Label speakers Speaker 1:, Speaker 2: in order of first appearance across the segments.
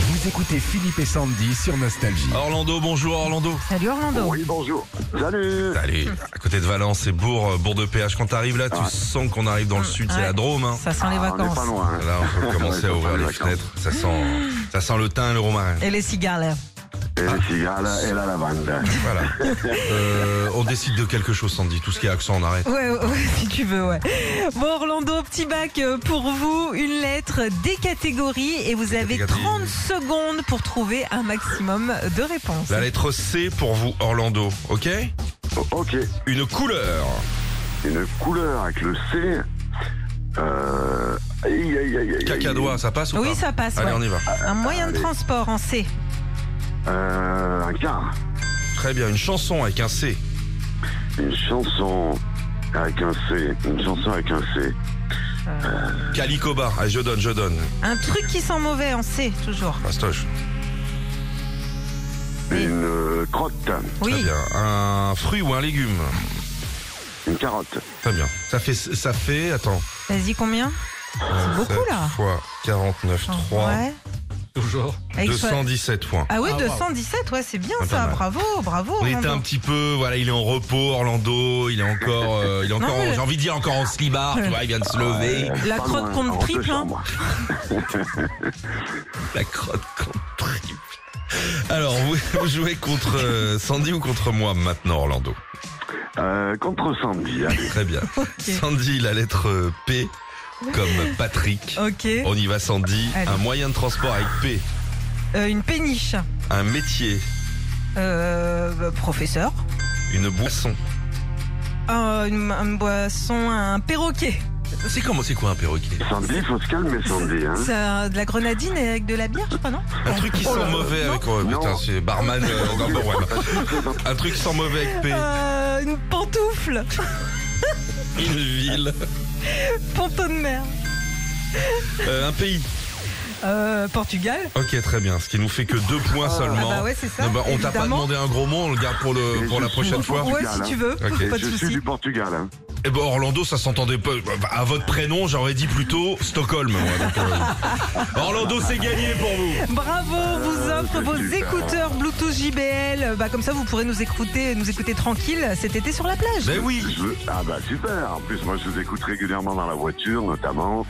Speaker 1: Vous écoutez Philippe et Sandy sur Nostalgie.
Speaker 2: Orlando, bonjour Orlando.
Speaker 3: Salut Orlando.
Speaker 4: Oui, bonjour. Salut.
Speaker 2: Allez, à côté de Valence et Bourg, euh, Bourg de Péage. Quand t'arrives là, tu sens qu'on arrive dans le sud, c'est
Speaker 3: Ouais.
Speaker 2: la Drôme. Hein.
Speaker 3: Ça sent les
Speaker 4: Ah, on est
Speaker 3: vacances.
Speaker 4: pas loin. hein.
Speaker 2: Là, on peut commencer à
Speaker 4: Ouais,
Speaker 2: ouvrir
Speaker 4: les
Speaker 2: les
Speaker 4: vacances.
Speaker 2: fenêtres. Ça sent, ça sent le thym et le romarin.
Speaker 3: Et les cigales.
Speaker 4: Et les cigales et la lavande.
Speaker 2: Voilà. Euh, on décide de quelque chose, Sandy. Tout ce qui est accent, on arrête.
Speaker 3: Ouais, ouais, ouais, si tu veux, ouais. Bon, Orlando, petit bac euh, pour vous. Une lettre, des catégories. Et vous avez
Speaker 2: catégories.
Speaker 3: 30 secondes pour trouver un maximum de réponses.
Speaker 2: La lettre C pour vous, Orlando. Ok
Speaker 4: O- Ok.
Speaker 2: Une couleur.
Speaker 4: Une couleur avec le C. Euh... aïe, aïe, aïe, aïe,
Speaker 2: Cacadois, ça passe ou pas
Speaker 3: Oui, ça passe,
Speaker 2: Allez,
Speaker 3: ouais.
Speaker 2: on y va.
Speaker 3: Un moyen de transport en C.
Speaker 4: Euh, un car.
Speaker 2: Très bien. Une chanson avec un C.
Speaker 4: Une chanson avec un C. Une chanson avec un C.
Speaker 2: Calicoba. Allez, je donne, je donne.
Speaker 3: Un truc qui sent mauvais en C, toujours.
Speaker 2: Pastoche.
Speaker 3: Oui.
Speaker 4: Une euh, crotte.
Speaker 2: Très
Speaker 3: Oui.
Speaker 2: bien. Un fruit ou un légume.
Speaker 4: Une carotte.
Speaker 2: Très bien. Ça fait, ça fait, attends.
Speaker 3: Vas-y, combien C'est beaucoup, là.
Speaker 2: Fois 49, 3.
Speaker 3: Ouais.
Speaker 1: Toujours.
Speaker 3: Avec soi-
Speaker 2: 217 points.
Speaker 3: Ah oui, 217, ouais, c'est bien
Speaker 2: Pas
Speaker 3: ça.
Speaker 2: mal.
Speaker 3: Bravo, bravo.
Speaker 2: On était
Speaker 3: Oh, Orlando.
Speaker 2: un petit peu, voilà, il est en repos, Orlando, il est encore, euh, il est encore,
Speaker 3: Non, mais-
Speaker 2: j'ai envie de dire encore en slibard, tu vois, il vient de se lever.
Speaker 3: La
Speaker 4: Pas
Speaker 3: crotte
Speaker 4: loin,
Speaker 3: compte
Speaker 4: en deux
Speaker 3: triple, hein.
Speaker 4: chambres.
Speaker 2: La crotte contre triple. Alors, vous, vous jouez contre euh, Sandy ou contre moi maintenant, Orlando
Speaker 4: Euh, contre Sandy. allez.
Speaker 2: Très bien. Sandy, la lettre euh, P, comme Patrick.
Speaker 3: Ok.
Speaker 2: On y va, Sandy.
Speaker 3: Allez.
Speaker 2: Un moyen de transport avec P.
Speaker 3: Euh, une péniche.
Speaker 2: Un métier.
Speaker 3: Euh, bah, professeur.
Speaker 2: Une boisson.
Speaker 3: Euh, une, un boisson, un perroquet.
Speaker 2: C'est comment, c'est quoi un perroquet
Speaker 4: Sandy, faut se calmer, Sandy. Hein.
Speaker 3: C'est euh, de la grenadine et avec de la bière, je crois, non
Speaker 2: Un truc qui
Speaker 4: Oh là
Speaker 2: sent
Speaker 4: là.
Speaker 2: mauvais
Speaker 4: Non.
Speaker 2: avec. oh, putain,
Speaker 4: Non.
Speaker 2: c'est barman euh, number one. Un truc qui sent mauvais avec P.
Speaker 3: Euh, Une pantoufle.
Speaker 2: Une ville.
Speaker 3: Ponton de mer.
Speaker 2: Euh, un pays.
Speaker 3: Euh, Portugal.
Speaker 2: Ok, très bien. Ce qui nous fait que deux points
Speaker 3: Ah
Speaker 2: seulement.
Speaker 3: bah ouais, c'est ça.
Speaker 2: Non, bah, on t'a pas
Speaker 3: évidemment.
Speaker 2: demandé un gros mot, on le garde pour, le,
Speaker 4: Et
Speaker 2: pour
Speaker 4: je
Speaker 2: la
Speaker 4: suis
Speaker 2: prochaine
Speaker 4: du
Speaker 2: fois.
Speaker 4: Portugal,
Speaker 3: Ouais, si
Speaker 4: hein.
Speaker 3: tu veux.
Speaker 2: Ok.
Speaker 3: Pas de
Speaker 4: Je suis
Speaker 3: souci.
Speaker 4: du Portugal. hein.
Speaker 2: Eh ben Orlando, ça s'entendait pas. Bah, À votre prénom, j'aurais dit plutôt Stockholm. moi, donc, euh, Orlando, c'est gagné pour vous.
Speaker 3: Bravo, on vous
Speaker 2: Ah,
Speaker 3: offre
Speaker 4: c'est
Speaker 3: vos
Speaker 4: super.
Speaker 3: écouteurs Bluetooth JBL. Bah, comme ça, vous pourrez nous écouter, nous écouter tranquille cet été sur la plage.
Speaker 2: Mais oui.
Speaker 4: Je veux- Ah bah super En plus, moi, je vous écoute régulièrement dans la voiture, notamment.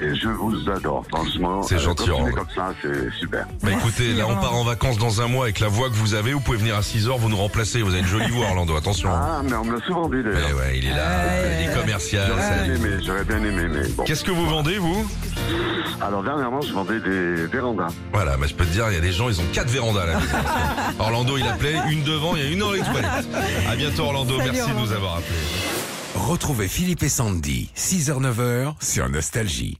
Speaker 4: Et je vous adore, franchement.
Speaker 2: C'est
Speaker 4: Euh,
Speaker 2: gentil,
Speaker 4: continuez
Speaker 2: Roland.
Speaker 4: Comme ça, c'est super.
Speaker 2: Bah
Speaker 3: Merci,
Speaker 2: écoutez, là on
Speaker 3: Orlando.
Speaker 2: part en vacances dans un mois avec la voix que vous avez. Vous pouvez venir à 6h, vous nous remplacez. Vous avez une jolie voix, Orlando. Attention.
Speaker 4: Ah, mais on me l'a souvent dit,
Speaker 2: Ouais,
Speaker 4: d'ailleurs.
Speaker 2: ouais, il est là.
Speaker 3: Ouais.
Speaker 2: Il est commercial.
Speaker 4: J'aurais
Speaker 2: ça y
Speaker 4: bien
Speaker 2: est.
Speaker 4: aimé, j'aurais bien aimé, mais bon.
Speaker 2: Qu'est-ce que vous vendez, vous
Speaker 4: Alors, dernièrement, je vendais des vérandas.
Speaker 2: Voilà, bah, je peux te dire, il y a des gens, ils ont quatre vérandas à la maison. Orlando, il appelait, une devant, il y a une dans les toilettes. À bientôt, Orlando.
Speaker 3: Salut,
Speaker 2: Merci de nous
Speaker 3: Orlando.
Speaker 2: avoir appelés.
Speaker 1: Retrouvez Philippe et Sandy, 6h-9h sur Nostalgie.